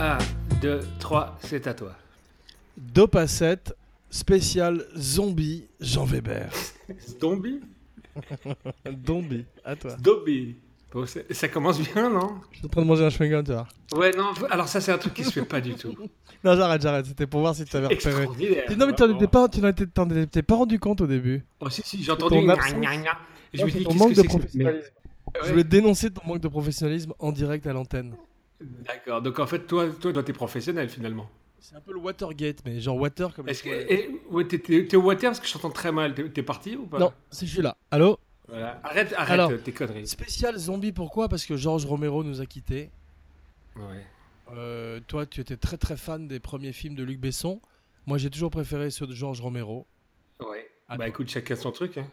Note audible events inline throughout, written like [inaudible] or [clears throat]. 1, 2, 3, c'est à toi. Dopacette, spécial zombie, Jean Weber. Zombie Zombie, à toi. Dobby. Bon, c'est- ça commence bien, non Je suis en train de manger un chewing-gum, tu vois. Ouais, non, alors ça, c'est un truc qui se fait pas du tout. Non, j'arrête, j'arrête. C'était pour voir si tu avais repéré. [laughs] Extraordinaire. Non, mais t'en vraiment. étais pas, tu n'en étais- t'en étais pas rendu compte au début. Oh, si, si, j'ai entendu. Ton gna, absence. gna, gna. Et je me dis, ton qu'est-ce que manque de c'est que ce- professionnalisme. Mais- Je Ouais. voulais dénoncer ton manque de professionnalisme en direct à l'antenne. D'accord, donc en fait, toi, toi, toi, t'es professionnel finalement. C'est un peu le Watergate, mais genre water comme. Est-ce que et- ouais, t'es- t'es t'es au water parce que je t'entends très mal. T'es t'es parti ou pas Non, c'est celui-là. Allô Voilà. Arrête, arrête Alors- euh, tes conneries. Spécial zombie, pourquoi Parce que Georges Romero nous a quittés. Ouais. Euh, toi, tu étais très très fan des premiers films de Luc Besson. Moi, j'ai toujours préféré ceux de Georges Romero. Ouais. Attends. Bah écoute, chacun son truc. hein.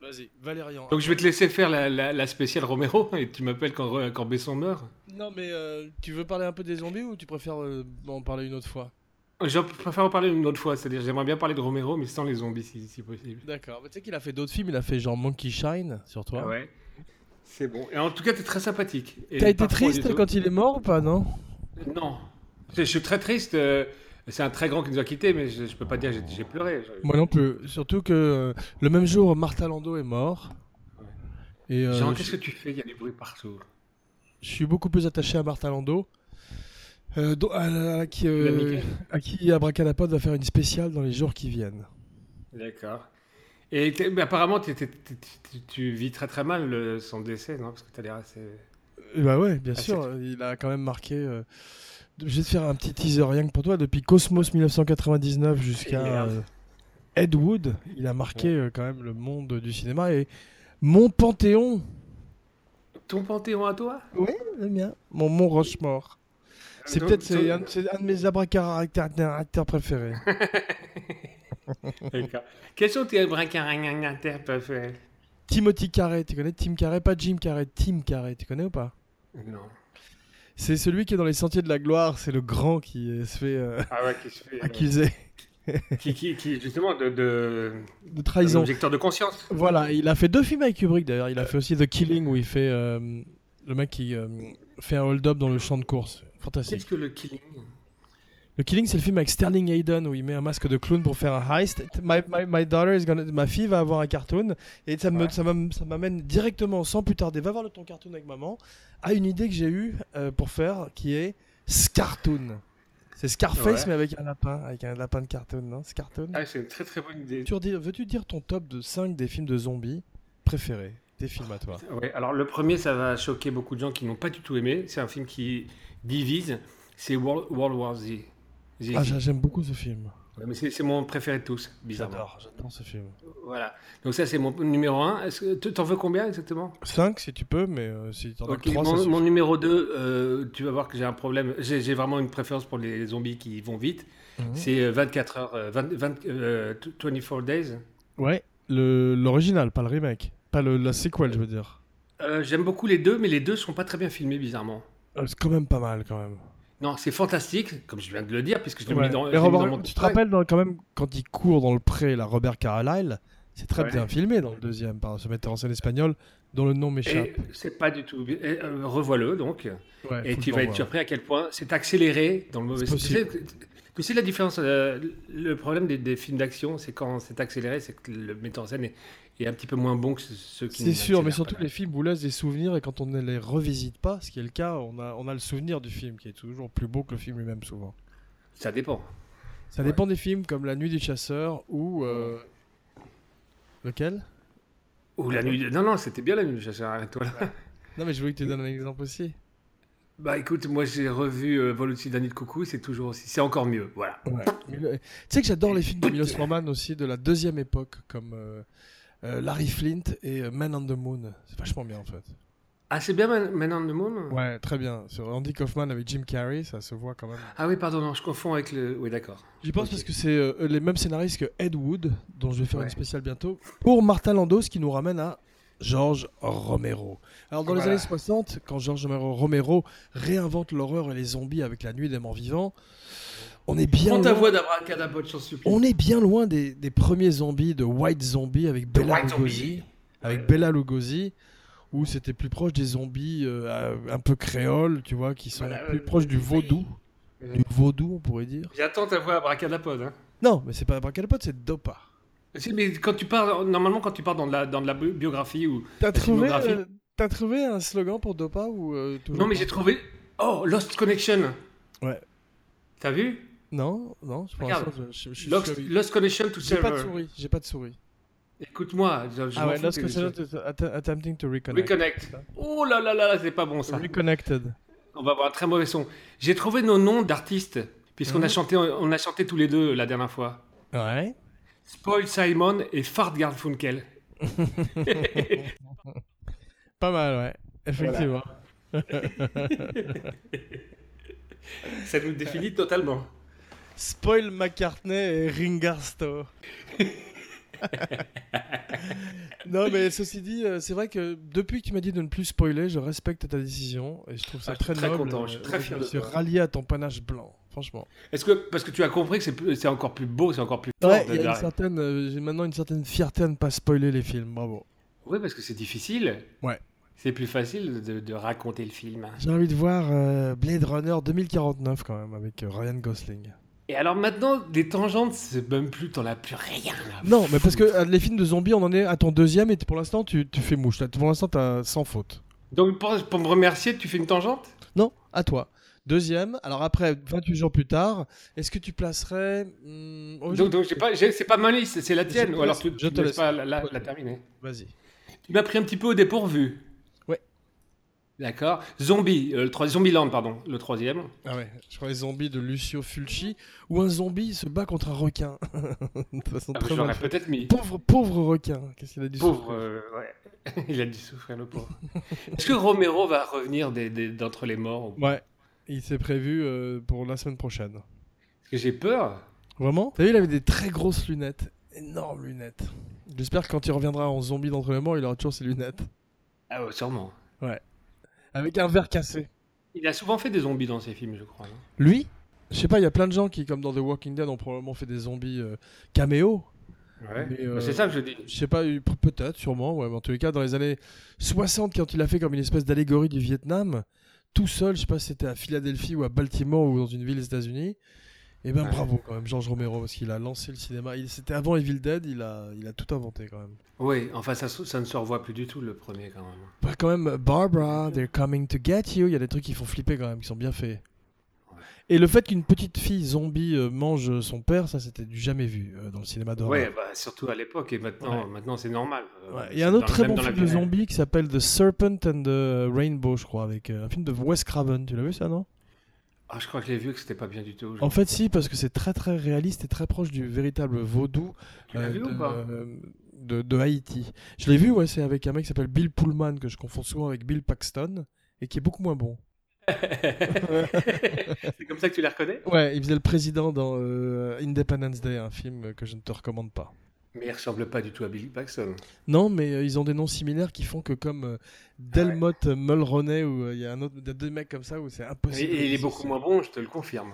Vas-y, Valérian. Donc je vais te laisser faire la, la- la spéciale Romero et tu m'appelles quand, Re- quand Besson meurt. Non, mais euh, tu veux parler un peu des zombies ou tu préfères euh, en parler une autre fois Je préfère en parler une autre fois, c'est-à-dire j'aimerais bien parler de Romero mais sans les zombies si, si possible. D'accord. Mais Tu sais qu'il a fait d'autres films. Il a fait genre Monkey Shine sur toi. Ouais. C'est bon. Et en tout cas, t'es très sympathique. Et T'as été parfois, triste du quand il est mort ou pas, non Non. Je, je suis très triste. euh, C'est un très grand qui nous a quittés, mais je, je peux pas dire que j'ai- j'ai pleuré. Je- Moi non plus. Surtout que euh, le même jour, Martha Lando est mort. Et euh, Jean, je, qu'est-ce que tu fais Il y a des bruits partout. je suis beaucoup plus attaché à Martha Lando. euh, dont- à, à- à qui, La euh, Mickey. à qui Abracadapod va faire une spéciale dans les jours qui viennent. D'accord. Et t'es- mais apparemment, t'es- t'es- t'es- tu- tu vis très très mal le- son décès, non Parce que t'as l'air assez. Et bah ouais, bien Ah, sûr, euh, il a quand même marqué. euh, Je vais te faire un petit teaser rien que pour toi. Depuis Cosmos 1999 jusqu'à Merde. euh, Ed Wood, il a marqué euh, quand même le monde du cinéma et mon panthéon Ton panthéon à toi Le mien. Mon Mont Rochemort. C'est Donc, peut-être c'est Ah, toi- un, c'est un de mes abracadabra [laughs] préférés. D'accord. Quels sont tes bracaragnagnataires préférés Timothy Carré, tu connais Tim Carré Pas Jim Carré, Tim Carré, tu connais ou pas Non. C'est celui qui est dans les sentiers de la gloire, c'est le grand qui euh, se fait euh, Ah ouais, qui se fait. euh, accuser qui, qui, qui, justement, de. de... de de trahison. l'objecteur de conscience. Voilà, il a fait deux films avec Kubrick d'ailleurs. Il a fait aussi The Killing où il fait euh, le mec qui euh, fait un hold-up dans le champ de course. Fantastique. Qu'est-ce que le killing Le Killing, c'est le film avec Sterling Hayden où il met un masque de clown pour faire un heist. My, my- my daughter is gonna- ma fille va avoir un cartoon et ça me- Ouais. ça m'am- ça m'amène directement sans plus tarder. Va voir le ton cartoon avec maman. À une idée que j'ai eue euh, pour faire qui est Scartoon. C'est Scarface Ouais. mais avec un lapin, avec un lapin de cartoon, non Scartoon. Ah, c'est une très très bonne idée. Tu redis- Veux-tu dire ton top de 5 des films de zombies préférés Tes films à toi. Ouais, alors le premier, ça va choquer beaucoup de gens qui n'ont pas du tout aimé. C'est un film qui divise. C'est World, World War Z. Z. Ah, j'a- j'aime beaucoup ce film. Ouais, mais c'est c'est mon préféré de tous, bizarrement. J'adore, j'adore ce film. Voilà. Donc ça, c'est mon numéro 1. Est-ce que tu- t'en veux combien exactement 5 si tu peux, mais euh, si t'en as Ok, que 3, mon, mon numéro 2, tu vas voir que j'ai un problème. J'ai j'ai vraiment une préférence pour les zombies qui vont vite. Mhm. C'est euh, 24 heures, euh, 20 20, euh, 24 days. Mhm. Ouais, le- l'original, pas le remake. Pas le, la sequel, je veux dire. Euh, J'aime beaucoup les deux, mais les deux sont pas très bien filmés, bizarrement. Euh, C'est quand même pas mal, quand même. Non, c'est fantastique, comme je viens de le dire, puisque je l'ai Ouais. mis dans, je Mais l'ai mis Robert- dans mon tu te rappelles dans- quand même quand il court dans le pré, là, Robert Carlyle C'est très Ouais. bien filmé dans le deuxième par ce metteur en scène espagnol dont le nom m'échappe. Et c'est pas du tout. et, euh, Revois-le donc, Ouais, et faut tu le vas être voir. surpris à quel point c'est accéléré dans le mauvais C'est sens. Tu sais, tu sais la différence euh, Le problème des, des films d'action, c'est quand c'est accéléré, c'est que le metteur en scène est, est un petit peu moins bon que ceux qui. C'est sûr, mais n'accélèrent surtout pas. les films vous laissent des souvenirs et quand on ne les revisite pas, ce qui est le cas, on a, on a le souvenir du film qui est toujours plus beau que le film lui-même souvent. Ça dépend. Ça Ouais. dépend des films comme La Nuit du Chasseur ou. euh, Lequel Ou la nuit. de- Non, non, c'était bien la nuit du chasseur. Arrête-toi là. Non, mais je voulais que tu donnes un exemple aussi. Bah écoute, moi j'ai revu euh, Vol au-dessus d'un nid de coucou, c'est toujours aussi, c'est encore mieux. Voilà. eh, Tu sais que j'adore les films de Milos Forman aussi, de la deuxième époque, comme euh, euh, Larry Flint et euh, Man on the Moon. C'est vachement bien en fait. Ah c'est bien Man, Man on the Moon. Ouais, très bien. Sur Andy Kaufman avec Jim Carrey, ça se voit quand même. Ah oui, pardon, non, je confonds avec le. Oui, d'accord. J'y pense Ok. parce que c'est euh, les mêmes scénaristes que Ed Wood, dont je vais faire Ouais. une spéciale bientôt, pour Martin Landau, ce qui nous ramène à Georges Romero. Alors dans les Voilà. années 60, quand Georges Romero, Romero réinvente l'horreur et les zombies avec la nuit des morts vivants, on est bien Prends ta loin, voix d'abracadabra, je t'en supplie. on est bien loin des, des premiers zombies de White Zombie avec Bella White Lugosi, Zombie. avec Bella Lugosi, où c'était plus proche des zombies euh, un peu créoles, tu vois, qui sont Voilà, plus euh, proches du vaudou. Du vaudou, on pourrait dire. J'attends ta voix à bracadapod. Hein. Non, mais c'est pas Abracadapod, c'est Dopa. Si, mais quand tu parles, normalement, quand tu parles dans de la, dans de la bi- biographie ou. T'as trouvé, filmographie. euh, t'as trouvé un slogan pour Dopa ou euh, toujours Non, mais pas j'ai trouvé. Oh, Lost Connection Ouais. T'as vu Non, non, je pense Regarde. pas. Je, je- je- je- Lost, je- Lost Connection to J'ai pas de Server. souris, j'ai pas de souris. Écoute-moi. je- je Ah m'en ouais, fous Lost que- Connection is att- attempting to reconnect. Reconnect. Oh là là là, là, c'est pas bon ça. Reconnected. On va avoir un très mauvais son. J'ai trouvé nos noms d'artistes, puisqu'on a Mhm. chanté, on a chanté tous les deux euh, la dernière fois. Ouais. Spoil Simon et Fart Garfunkel. Pas mal, ouais. Effectivement. Ça nous définit totalement. Spoil McCartney et Ringar [laughs] Starr. non, mais ceci dit, euh, c'est vrai que depuis que tu m'as dit de ne plus spoiler, je respecte ta décision et je trouve ça Ah, je suis très très noble. content, je suis très fier de Je me suis toi. rallié à ton panache blanc, franchement. Est-ce que parce que tu as compris que c'est plus- c'est encore plus beau, c'est encore plus fort. Ouais, de- il y a de- une certaine, euh, j'ai maintenant une certaine fierté à ne pas spoiler les films. Bravo. Oui, parce que c'est difficile. Ouais. C'est plus facile de, de raconter le film. J'ai envie de voir euh, Blade Runner 2049 quand même avec euh, Ryan Gosling. Et alors maintenant, les tangentes, c'est même plus, t'en as plus rien. là. Non, mais parce que euh, les films de zombies, on en est à ton deuxième et t- pour l'instant tu, tu fais mouche. Là, Pour l'instant, t'as sans faute. Donc pour, pour me remercier, tu fais une tangente Non, à toi. Deuxième. Alors après, 28 jours plus tard, est-ce que tu placerais hmm, oh, Donc, je- donc j'ai pas, j'ai- c'est pas ma liste, c'est la Je tienne. te Ou alors laisse- tu, je tu te me laisses laisse. pas la, la- la Ok. terminer. Vas-y. Tu m'as pris un petit peu au dépourvu. Ouais. D'accord. Zombie, euh, le trois, Zombieland, pardon, le troisième. Ah ouais. Je crois les zombies de Lucio Fulci où un zombie se bat contre un requin. [laughs] de façon Ah, très J'aurais mal faite. peut-être mis. Pauvre, pauvre requin. Qu'est-ce qu'il a dû Pauvre, souffrir. euh, ouais. [laughs] il a dû souffrir le [laughs] pauvre. Est-ce que Romero va revenir des- des- d'entre les morts ou- Ouais. Il s'est prévu euh, pour la semaine prochaine. Parce que j'ai peur. Vraiment T'as vu, il avait des très grosses lunettes. Énormes lunettes. J'espère que quand il reviendra en zombie d'entre les morts, il aura toujours ses lunettes. Ah ouais, sûrement. Avec un verre cassé. Il a souvent fait des zombies dans ses films, je crois. non Lui Je sais pas, il y a plein de gens qui, comme dans The Walking Dead, ont probablement fait des zombies euh, caméo. Mais, euh, C'est ça que je dis. Je sais pas, eu- pe- peut-être, sûrement, ouais, mais en tous les cas, dans les années 60, quand il a fait comme une espèce d'allégorie du Vietnam, tout seul, je sais pas si c'était à Philadelphie ou à Baltimore ou dans une ville des États-Unis, et ben Ouais. bravo quand même, George Romero, parce qu'il a lancé le cinéma. Il- C'était avant Evil Dead, il a, il a tout inventé quand même. Oui, enfin, ça, se- ça ne se revoit plus du tout, le premier, quand même. Bah, quand même, Barbara, they're coming to get you. Il y a des trucs qui font flipper quand même, qui sont bien faits. Et le fait qu'une petite fille zombie euh, mange son père, ça c'était du jamais vu euh, dans le cinéma d'horreur. Ouais, bah, surtout à l'époque, et maintenant, maintenant c'est normal. Euh, Ouais, Il c'est y a un dans- autre très même bon dans la film de vie réelle. zombie qui s'appelle The Serpent and the Rainbow, je crois, avec euh, un film de Wes Craven. Tu l'as vu ça, non Ah, je crois que j'ai vu que c'était pas bien du tout. je- En fait, si, parce que c'est très très réaliste et très proche du véritable vaudou Tu l'as vu de, ou pas euh, de- de Haïti. Je l'ai vu, ouais, c'est avec un mec qui s'appelle Bill Pullman, que je confonds souvent avec Bill Paxton, et qui est beaucoup moins bon. [laughs] c'est comme ça que tu les reconnais Ouais, il faisait le président dans euh, Independence Day, un film que je ne te recommande pas. Mais il ressemble pas du tout à Billy Paxton. Non, mais euh, ils ont des noms similaires qui font que comme euh, Delmot Mulroney ou euh, il y a un autre, il y a deux mecs comme ça où c'est Et, impossible. et il est de- beaucoup moins bon, je te le confirme.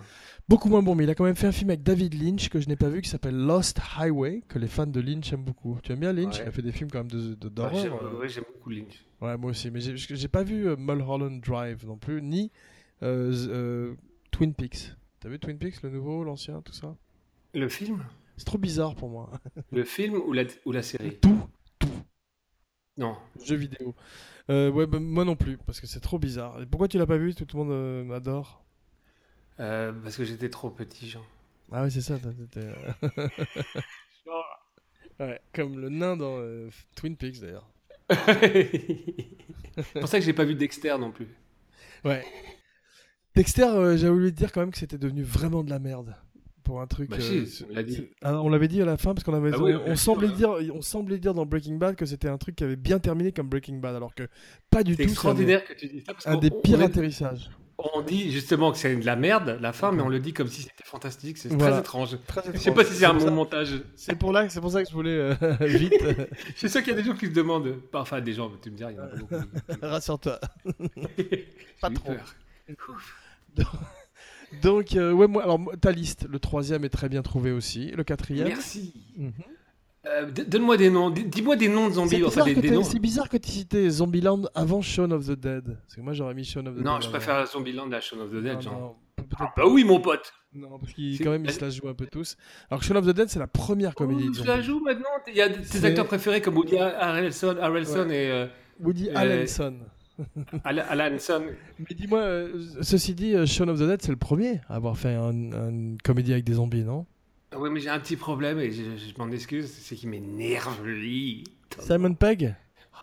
Beaucoup moins bon, mais il a quand même fait un film avec David Lynch que je n'ai pas vu qui s'appelle Lost Highway que les fans de Lynch aiment beaucoup. Tu aimes bien Lynch Ouais. Il a fait des films quand même de de- Ouais, d'horreur. j'aime euh. ouais, j'aime beaucoup Lynch. Ouais, moi aussi, mais j'ai- j'ai pas vu euh, Mulholland Drive non plus ni euh, z- euh, Twin Peaks. T'as vu Twin Peaks, le nouveau, l'ancien, tout ça Le film C'est trop bizarre pour moi. Le film ou la, ou la série [laughs] Tout Non. Jeux vidéo. Euh, ouais, bah, moi non plus, parce que c'est trop bizarre. Et pourquoi tu l'as pas vu Tout le monde euh, adore. Euh, parce que j'étais trop petit, [laughs] Jean. Ah ouais, c'est ça. t'as- t'étais, euh, [laughs] ouais, comme le nain dans euh, Twin Peaks d'ailleurs. c'est pour ça que j'ai pas vu Dexter non plus. Ouais. Dexter, euh, j'ai oublié de dire quand même que c'était devenu vraiment de la merde pour un truc. Bah euh, si, on l'a dit. Ah, on l'avait dit à la fin parce qu'on avait Ah oui, on, bien on sûr, semblait hein. dire on semblait dire dans Breaking Bad que c'était un truc qui avait bien terminé comme Breaking Bad alors que pas du tout. C'est c'est un- extraordinaire que tu dises ça. Parce Un qu'on- des on- pires on est- atterrissages. On dit justement que c'est de la merde, la fin, mais on le dit comme si c'était fantastique. C'est Voilà. très étrange. Très Je sais étrange. pas si c'est un pour ça- bon montage. C'est pour là, c'est pour ça que je voulais euh, [laughs] vite. [laughs] euh, Je suis sûr qu'il y a des gens qui se demandent. Enfin, des gens, tu me diras, il y en a pas beaucoup. [laughs] Rassure-toi. Pas J'ai eu trop. peur. Donc, euh, ouais, moi, alors moi, ta liste, le troisième est très bien trouvé aussi. Le quatrième. Merci. Mhm. Euh, d- Donne-moi des noms. Dis- Dis-moi des noms de C'est zombies. bizarre, Enfin, des, que oh, des t'aies- noms. c'est bizarre que tu citais Zombieland avant Shaun of the Dead. Parce que moi, j'aurais mis Shaun of the Dead. Non, je avant. préfère Zombieland à Shaun of the Dead. Euh, Ah, genre. non. Ah bah oui, mon pote Non, parce qu'il quand même, ils se la jouent un peu tous. Alors que Shaun of the Dead, c'est la première comédie. Ouh, je la joue maintenant. Il y a tes C'est- acteurs préférés comme Woody Harrelson, Harrelson et euh, Woody Euh, Allenson. Al- Alanson. Mais dis-moi, euh, ceci dit, euh, Shaun of the Dead, c'est le premier à avoir fait un- une comédie avec des zombies, non Ah Oui, mais j'ai un petit problème et je, je m'en excuse, c'est qu'il m'énerve lui. Simon Pegg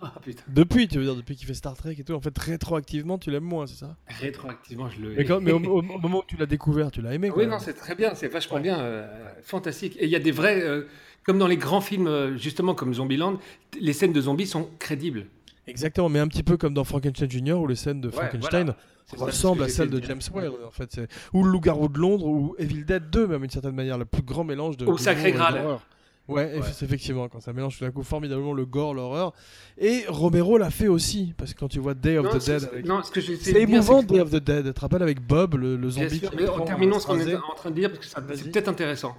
Ah putain, Depuis, tu veux dire, depuis qu'il fait Star Trek et tout, en fait, rétroactivement, tu l'aimes moins, c'est ça rétroactivement, je le. Mais, [laughs] quand, mais au, au- au moment où tu l'as découvert, tu l'as aimé. Oui, quand non, même. c'est très bien, c'est vachement bien, euh, fantastique. Et il y a des vrais, euh, comme dans les grands films, euh, justement, comme Zombieland, t- les scènes de zombies sont crédibles. Exactement, mais un petit peu comme dans Frankenstein Junior où les scènes de Frankenstein voilà. C'est ça, ressemblent à c'est ce que celles de j'essaie James de dire. Whale, en fait. c'est- Ou Le Loup-garou de Londres, ou Evil Dead 2, même d'une certaine manière, le plus grand mélange de. Ou de Sacré gore et Graal. d'horreur. Ouais, eff- Ouais. effectivement, quand ça mélange tout d'un coup formidablement le gore, l'horreur. Et Romero l'a fait aussi, parce que quand tu vois Day of Non, the Dead. c'est- avec- non, ce que j'essaie C'est de dire, émouvant que- Day of the Dead, tu te rappelles avec Bob, le, le Bien zombie sûr, qui mais apprend en à terminant ce qu'on se est raser. en train de dire, parce que ça- hein, Vas-y. c'est peut-être intéressant.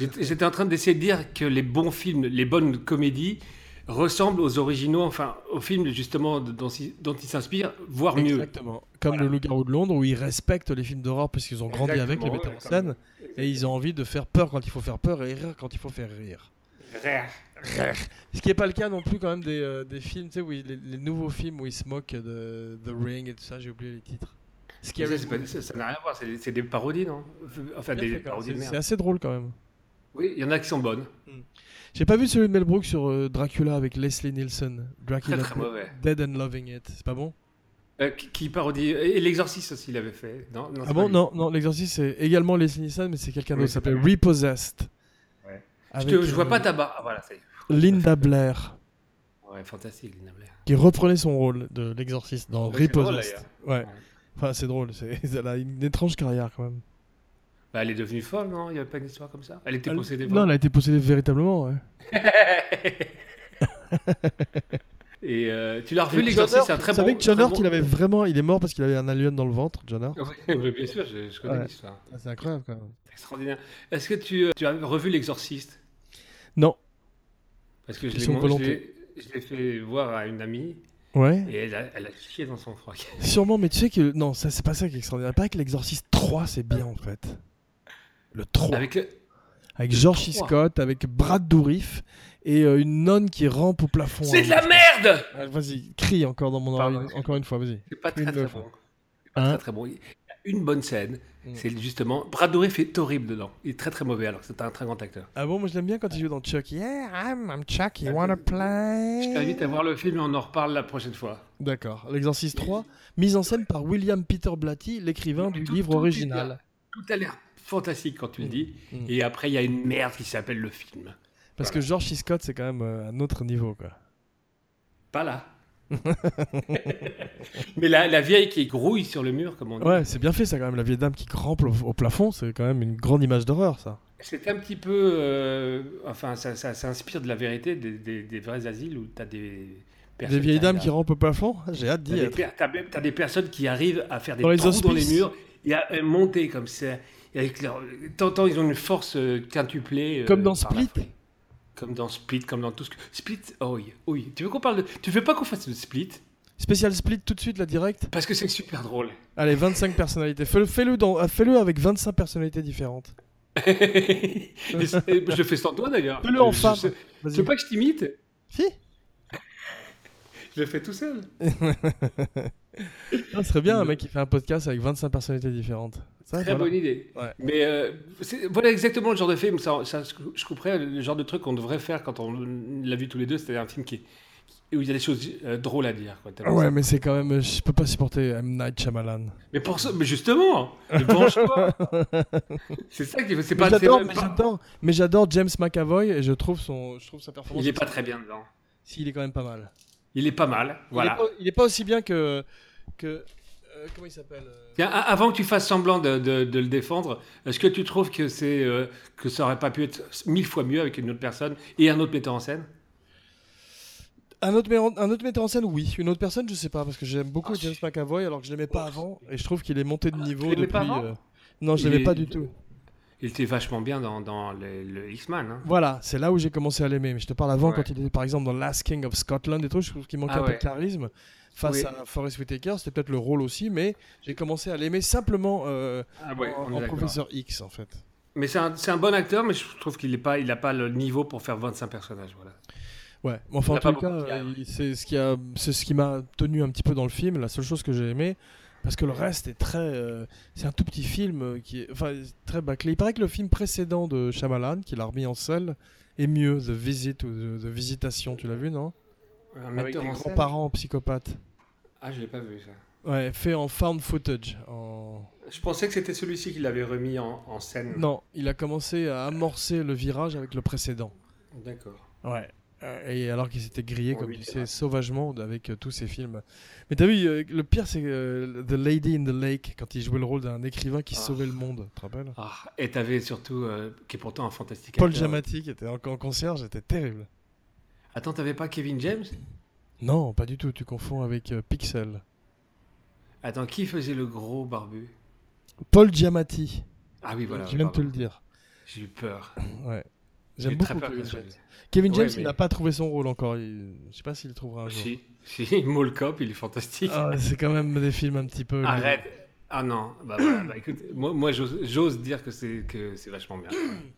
J'étais j'étais en train d'essayer de dire que les bons films, les bonnes comédies ressemblent aux originaux, enfin aux films justement de- dont, ils- dont ils s'inspirent, voire mieux. Exactement. Comme le Loup-garou de Londres, où ils respectent les films d'horreur puisqu'ils ont grandi avec les Exactement, metteurs en ouais, scène. Et ils ont envie de faire peur quand il faut faire peur et rire quand il faut faire rire. Ce qui n'est pas le cas non plus quand même des, euh, des films, tu sais, où ils- les, les nouveaux films où ils se moquent de The Ring et tout ça, j'ai oublié les titres. Ça, Scary c'est pas- ça ça n'a rien à voir, c'est c'est des parodies, non Enfin, Bien des fait, quand même. parodies de C'est c'est merde. assez drôle quand même. Oui, il y en a qui sont bonnes. J'ai pas vu celui de Mel Brooks sur euh, Dracula avec Leslie Nielsen. Dracula Très, très mauvais. Dead and Loving It. C'est pas bon Euh, qui, qui parodie. Et l'exorciste aussi, il avait fait. Non, non, c'est Ah pas bon lui. Non, non l'exorciste c'est également Leslie Nielsen, mais c'est quelqu'un Oui, d'autre. Ça c'est pas s'appelle Repossessed. Ouais. Je, Avec, te- je vois euh, pas ta barre. Ah, voilà, ça y est. Linda Blair. Ouais, fantastique, Lina Blair. qui reprenait son rôle de l'exorciste dans Ouais, c'est drôle, Repossessed. Ouais. Ouais. Enfin, c'est drôle. c'est- [laughs] Elle a une étrange carrière quand même. Bah, elle est devenue folle, non Il n'y avait pas une histoire comme ça Elle était Elle- possédée Non, elle a été possédée véritablement. ouais. [laughs] Et euh, tu l'as revu Et l'exorciste, John c'est un Hurt, très vous bon. savez que John très Hurt, bon- [laughs] il avait vraiment, il est mort parce qu'il avait un alien dans le ventre, John Hurt. Oui, bien sûr, je, je connais Ouais. l'histoire. Ah, c'est incroyable quand même. C'est Extraordinaire. Est-ce que tu, euh, tu as revu l'exorciste Non. Parce que je Ils l'ai sont mon- je volontés. l'ai je l'ai fait voir à une amie Ouais. et elle a, elle a chié dans son froc. Sûrement, mais tu sais que non, ça c'est pas ça qui est extraordinaire. Pas que l'exorciste 3, c'est bien en fait. Le 3. Avec, Avec le- George le 3. Scott, avec Brad Dourif et euh, une nonne qui rampe au plafond. C'est hein, de la je pense. merde Ah, Vas-y, crie encore dans mon Pardon, oreille. Encore une fois, vas-y. C'est pas très Une très meuf. bon. C'est pas Hein très très bon. Il y a une bonne scène, Mm. c'est justement. Brad Dourif est horrible dedans. Il est très très mauvais alors que c'est un très grand acteur. Ah bon, moi je l'aime bien quand il joue dans Chuck. Yeah, I'm, I'm Chuck, you Ah, wanna je- play Je t'invite à voir le film et on en reparle la prochaine fois. D'accord, l'exercice 3, mise en scène par William Peter Blatty, l'écrivain du Tout- livre tout est original. Tout a l'air fantastique quand tu le Mm. dis. Mm. Et après, il y a une merde qui s'appelle le film. Parce que George C. Scott, c'est quand même euh, un autre niveau, quoi. Pas [laughs] là. Mais la, la vieille qui grouille sur le mur, comme on dit. Ouais, c'est bien fait, ça, quand même. La vieille dame qui rampe au, au plafond, c'est quand même une grande image d'horreur, ça. C'est un petit peu. euh, enfin, ça, ça, ça inspire de la vérité des, des- des vrais asiles où tu as des. Des vieilles dames qui rampent au plafond [laughs] J'ai hâte d'y T'as des, être. per- t'as même- t'as des personnes qui arrivent à faire des Dans les trous dans les hospices. murs et à euh, monter comme ça. Et Avec leur... T'entends, ils ont une force euh, quintuplée. euh, Comme dans par la Split. folie. Comme dans Split, comme dans tout ce que... Split, oh oui, oui. Tu veux qu'on parle de... Tu veux pas qu'on fasse de Split Spécial split tout de suite, la direct. Parce que c'est super drôle. [laughs] Allez, 25 personnalités. Fais-le fais-le dans- euh, fais-le avec 25 personnalités différentes. Et c'est- je fais sans toi d'ailleurs. Fais-le en Je- femme. je- Tu Vas-y. veux pas que je t'imite Si [laughs] Je le fais tout seul. Ah, Ce serait bien un mec qui fait un podcast avec 25 personnalités différentes. Ça, Très voilà. bonne idée. Ouais. Mais euh, c'est- voilà exactement le genre de film, ça, ça, je cou- je couperais le genre de truc qu'on devrait faire quand on l'a vu tous les deux, c'est-à-dire un film qui, qui- où il y a des choses euh, drôles à dire. quoi, Ah tellement Ouais, ça- mais c'est quand même. Je peux pas supporter M. Night Shyamalan. Mais pour ça, mais justement, mais penche-toi. [laughs] c'est ça qui c'est Mais pas, c'est J'adore, même mais pas- j'adore- mais j'adore James McAvoy et je trouve, son, je trouve sa performance. Il est pas très bien dedans. Si, il est quand même pas mal. Il est pas mal, voilà. Il est pas, il est pas aussi bien que. que euh, comment il s'appelle euh, Tiens, a- avant que tu fasses semblant de, de- de le défendre, est-ce que tu trouves que c'est euh, que ça aurait pas pu être mille fois mieux avec une autre personne et un autre metteur en scène un, autre, mé- un autre metteur en scène, oui. Une autre personne, je sais pas, parce que j'aime beaucoup Ah, James si. McAvoy alors que je l'aimais pas avant et je trouve qu'il est monté de niveau tu l'aimais depuis. pas avant euh, Non, je Il l'aimais est- pas du tout. Il était vachement bien dans, dans le, le X-Men. hein. Voilà, c'est là où j'ai commencé à l'aimer. Mais je te parle avant, Ouais. quand il était par exemple dans Last King of Scotland et tout, je trouve qu'il manquait Ah un peu ouais. de charisme. face oui. à Forest Whitaker, c'était peut-être le rôle aussi, mais j'ai commencé à l'aimer simplement euh, ah ouais, en, en professeur X en fait. Mais c'est un, un, bon acteur, mais je trouve qu'il n'a pas, il a pas le niveau pour faire 25 personnages. Voilà. Ouais, mais enfin, en tout cas, c'est ce qui a, c'est ce qui m'a tenu un petit peu dans le film. La seule chose que j'ai aimé, parce que le reste est très, euh, c'est un tout petit film euh, qui est, enfin, très bâclé. Il paraît que le film précédent de Shyamalan, qu'il a remis en salle, est mieux, The Visit ou The, The Visitation. Tu l'as vu, non Un metteur en grands-parents psychopathes. Ah, je l'ai pas vu ça. Ouais, fait en found footage. En... Je pensais que c'était celui-ci qui l'avait remis en, en scène. Non, il a commencé à amorcer le virage avec le précédent. D'accord. Ouais. Et alors qu'il s'était grillé, oh, comme oui, tu sais, sauvagement avec euh, tous ses films. Mais t'as vu, euh, le pire, c'est euh, The Lady in the Lake, quand il jouait le rôle d'un écrivain qui ah. sauvait le monde, tu te rappelles ah. Et t'avais surtout, euh, qui est pourtant un fantastique Paul acteur. Giamatti, qui était en, en concert, j'étais terrible. Attends, t'avais pas Kevin James Non, pas du tout, tu confonds avec euh, Pixel. Attends, qui faisait le gros barbu Paul Giamatti. Ah oui, voilà. Je viens de te le dire. J'ai eu peur. Ouais. J'aime beaucoup Kevin James. Kevin James, ouais, mais... il n'a pas trouvé son rôle encore. Il... Je ne sais pas s'il le trouvera un jour. Si, si, [laughs] Mall Cop, il est fantastique. Ah, c'est quand même des films un petit peu. euh, Arrête. Là. Ah non, bah, bah, bah écoute, moi, moi j'ose dire que c'est que c'est vachement bien.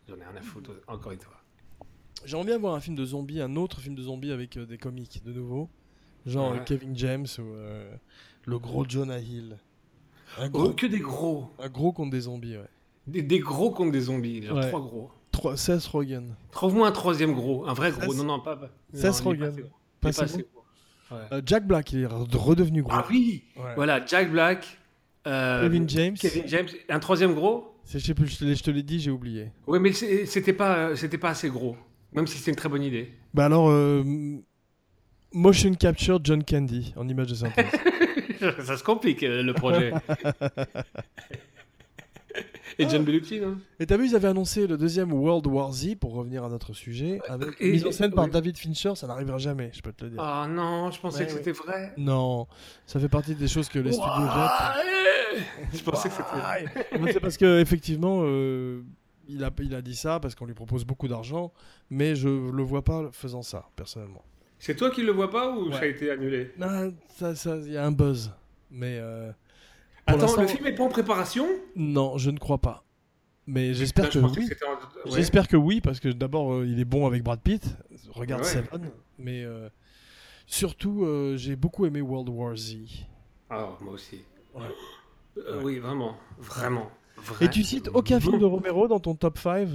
J'en ai rien à foutre, encore une fois. J'aimerais bien voir un film de zombies, un autre film de zombies avec euh, des comiques de nouveau, genre ouais. Kevin James ou euh, le gros Jonah Hill. Un gros, oh, que des gros. Un gros contre des zombies, ouais. Des, des gros contre des zombies, genre ouais. trois gros. 3, Seth Rogen. Trouve-moi un troisième gros, un vrai gros. Non, non, pas. pas. Seth non, Rogen. Pas, pas, assez gros. Gros. Ouais. Euh, Jack Black, il est redevenu gros. Ah oui ouais. Voilà, Jack Black. Euh, Kevin James. Kevin James. Un troisième gros Je sais plus, je te l'ai dit, j'ai oublié. Oui, mais c'était pas, euh, c'était pas assez gros. Même si c'était une très bonne idée. Bah alors, euh, Motion Capture John Candy en image de synthèse. [laughs] Ça se complique euh, le projet. [laughs] Et John Belushi, non Et t'as vu, ils avaient annoncé le deuxième World War Z, pour revenir à notre sujet, avec mise en scène par oui. David Fincher, ça n'arrivera jamais, je peux te le dire. Ah oh non, je pensais ouais, que c'était vrai. Non, ça fait partie des choses que les studios jettent. je pensais que c'était C'est parce que effectivement, euh, il, a, il a dit ça, parce qu'on lui propose beaucoup d'argent, mais je le vois pas faisant ça, personnellement. C'est toi qui le vois pas ou ouais. ça a été annulé Non, ça, ça, y a un buzz, mais... Euh... Pour Attends, le film n'est pas en préparation Non, je ne crois pas. Mais j'espère Bah, que, je oui. En... Ouais. J'espère que oui, parce que d'abord, euh, il est bon avec Brad Pitt. Regarde Seven. Ouais. Mais euh, surtout, euh, j'ai beaucoup aimé World War Z. Ah, moi aussi. Ouais. Oui, vraiment. Vraiment. Et tu cites aucun film de Romero dans ton top 5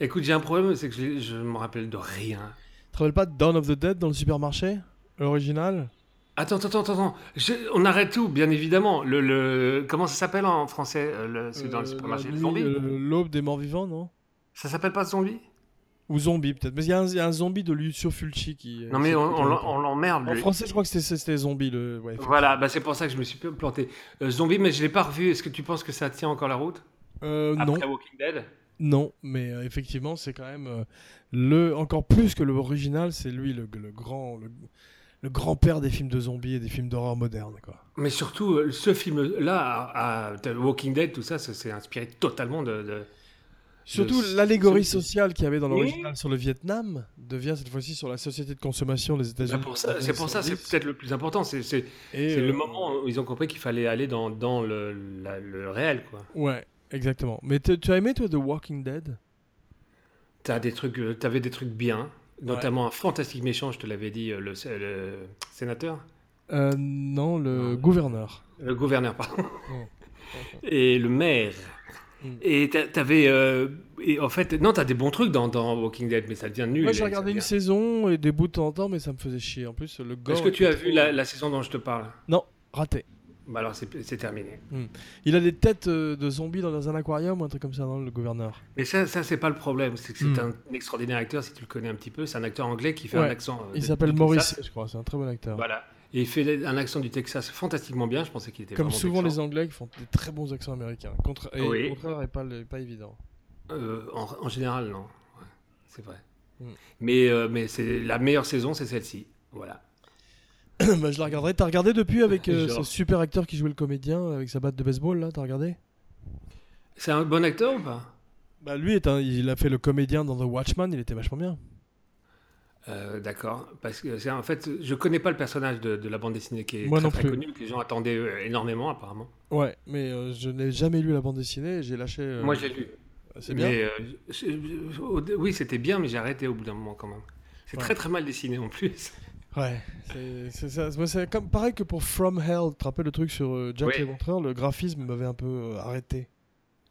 Écoute, j'ai un problème, c'est que je ne me rappelle de rien. Tu te rappelles pas de Dawn of the Dead dans le supermarché L'original Attends, attends, attends, attends. Je... on arrête tout, bien évidemment. Le, le... comment ça s'appelle en français euh, le... C'est Euh, dans le supermarché. zombie L'aube des morts vivants, non Ça s'appelle pas zombie Ou zombie, peut-être. Mais il y, y, a un zombie de Lucio Fulci qui. Non, mais on, on l'emmerde. En français, je crois que c'était zombie. Le... Ouais, voilà, bah, c'est pour ça que je me suis planté. Euh, zombie, mais je l'ai pas revu. Est-ce que tu penses que ça tient encore la route euh, Après non. Walking Dead non, mais euh, effectivement, c'est quand même euh, le encore plus que l'original, c'est lui le, le grand, le grand-père des films de zombies et des films d'horreur modernes. Quoi. Mais surtout, euh, ce film-là, Walking Dead, tout ça, c'est inspiré totalement de. de surtout de... l'allégorie sociale qu'il y avait dans l'original oui. sur le Vietnam devient cette fois-ci sur la société de consommation des États-Unis. C'est pour ça, c'est peut-être le plus important. C'est euh... le moment où ils ont compris qu'il fallait aller dans, dans le, la, le, réel. Quoi. Ouais, exactement. Mais tu as aimé, toi, The Walking Dead T'avais des, trucs, avais des trucs bien notamment ouais. un fantastique méchant, je te l'avais dit, euh, le, le sénateur euh, Non, le non. gouverneur. Le gouverneur, pardon. Oh. et le maire. Mm. Et t'avais. Euh, et en fait, non, t'as des bons trucs dans, dans, Walking Dead, mais ça devient nul. Moi, j'ai regardé une saison et des bouts de temps en temps, mais ça me faisait chier. En plus, le Est-ce que tu as vu la, la, saison dont je te parle Non, raté. Bah alors, c'est terminé. Mm. Il a des têtes euh, de zombies dans un aquarium ou un truc comme ça, dans le gouverneur Mais ça, ça c'est pas le problème. C'est que c'est Hmm. mm. un extraordinaire acteur, si tu le connais un petit peu. C'est un acteur anglais qui fait ouais. un accent. euh, Il s'appelle Maurice, Texas. je crois. C'est un très bon acteur. Voilà. Et il fait un accent du Texas fantastiquement bien. Je pensais qu'il était Comme souvent excellent. les Anglais qui font des très bons accents américains. Contra et oui. le contraire n'est pas, pas, évident. [clears throat] Euh, en, en, général, non. Ouais. c'est vrai. Mm. Hmm. Mais, euh, mais c'est la meilleure saison, c'est celle-ci. Voilà. bah, je la regarderai. T'as regardé depuis avec euh, ce super acteur qui jouait le comédien avec sa batte de baseball là T'as regardé C'est un bon acteur ou pas Bah lui, est un... il a fait le comédien dans The Watchman, il était vachement bien. Euh, D'accord. Parce que, c'est- en fait, je connais pas le personnage de, de la bande dessinée qui est Moi très, non très plus. connu, que les gens attendaient euh, énormément, apparemment. Ouais, mais euh, je n'ai jamais lu la bande dessinée, j'ai lâché. euh, Moi, j'ai lu. C'est bien. Mais, euh, je- je- au dé- oui, c'était bien, mais j'ai arrêté au bout d'un moment quand même. C'est Ouais. très très mal dessiné en plus. Ouais, c'est- c'est ça. Moi, c'est comme pareil que pour From Hell. Tu te rappelles le truc sur euh, Jack Oui. l'Éventreur Le graphisme m'avait un peu euh, arrêté.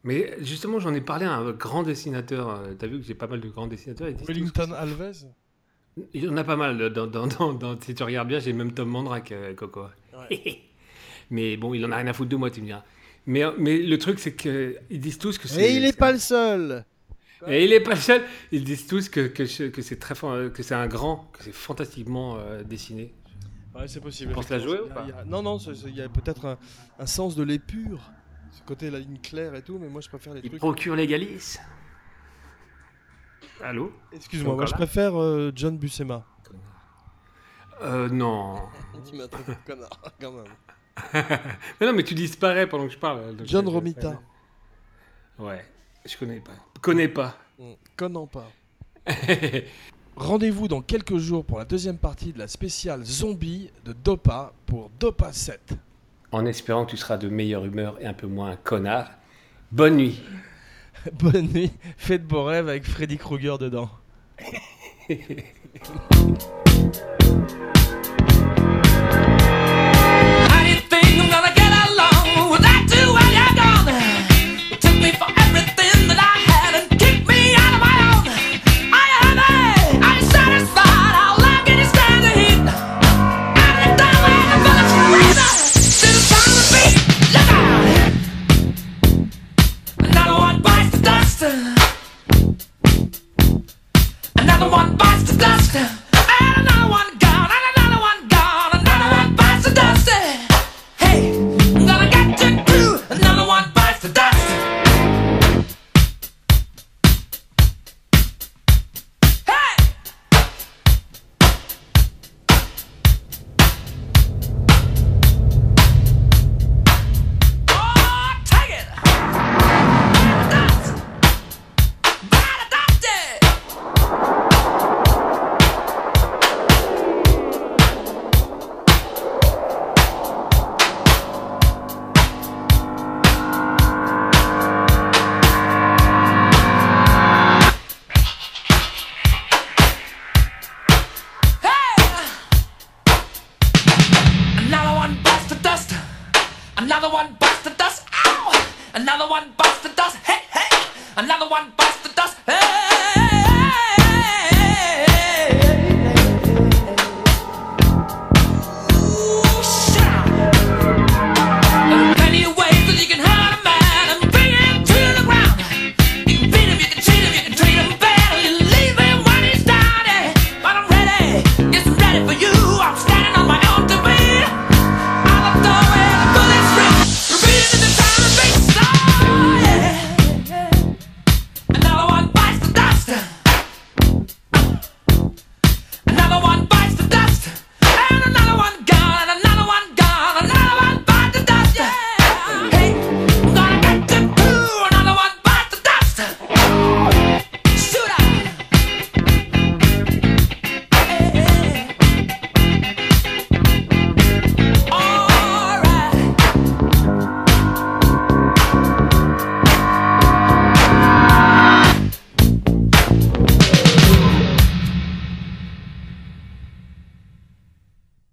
Mais justement, j'en ai parlé à un grand dessinateur. euh, T'as vu que j'ai pas mal de grands dessinateurs. ils disent tous que Wellington Alves c'est- Il y en a pas mal. euh, Dans, dans- dans- dans- si tu regardes bien, j'ai même Tom Mandrake, euh, Coco. [laughs] mais bon, il en a rien à foutre de moi, tu me diras. Mais, euh, mais le truc, c'est qu'ils disent tous que c'est. Et il c'est- est pas le seul Et il est pas le seul. Ils disent tous que, que, je- que c'est très fan- que c'est un grand, que c'est fantastiquement euh, dessiné. Ouais, c'est possible. Tu penses la effectivement. jouer ou pas Il y a- Non, non, c'est- c'est- il y a peut-être un, un sens de l'épure. Ce côté la ligne claire et tout, mais moi je préfère les Il trucs. procure les galices. Allô Excuse-moi, moi Encore je là préfère euh, John Buscema. euh, Non. Dis-moi un truc, connard, [laughs] quand même. Mais non, mais tu disparais pendant que je parle. donc John je- je- Romita. Ouais, je connais pas. Connais pas. Mm. Conan pas. [laughs] Rendez-vous dans quelques jours pour la deuxième partie de la spéciale zombie de Dopa pour Dopa 7. en espérant que tu seras de meilleure humeur et un peu moins un connard. Bonne nuit. [laughs] Bonne nuit, faites beau rêve avec Freddy Krueger dedans. How do you think I'm gonna get along without you when you're gone? You took me for everything that I had and kicked me out of my own. Are you happy? Are you satisfied? How long can you stand the heat? Every time I have a razor, to the sound of beat, look out! Another one bites the dust. Another one bites the dust. And another one gone. And another one gone. Another one bites the dust. Hey, I'm gonna get you too. Another one bites the dust. Hey! Oh, take it! By the dust! By the dust! yeah. Hey! Another one busts the dust. Another one busts the dust. Ow! Another one busts the dust. Hey, hey! Another one busts the dust. Hey!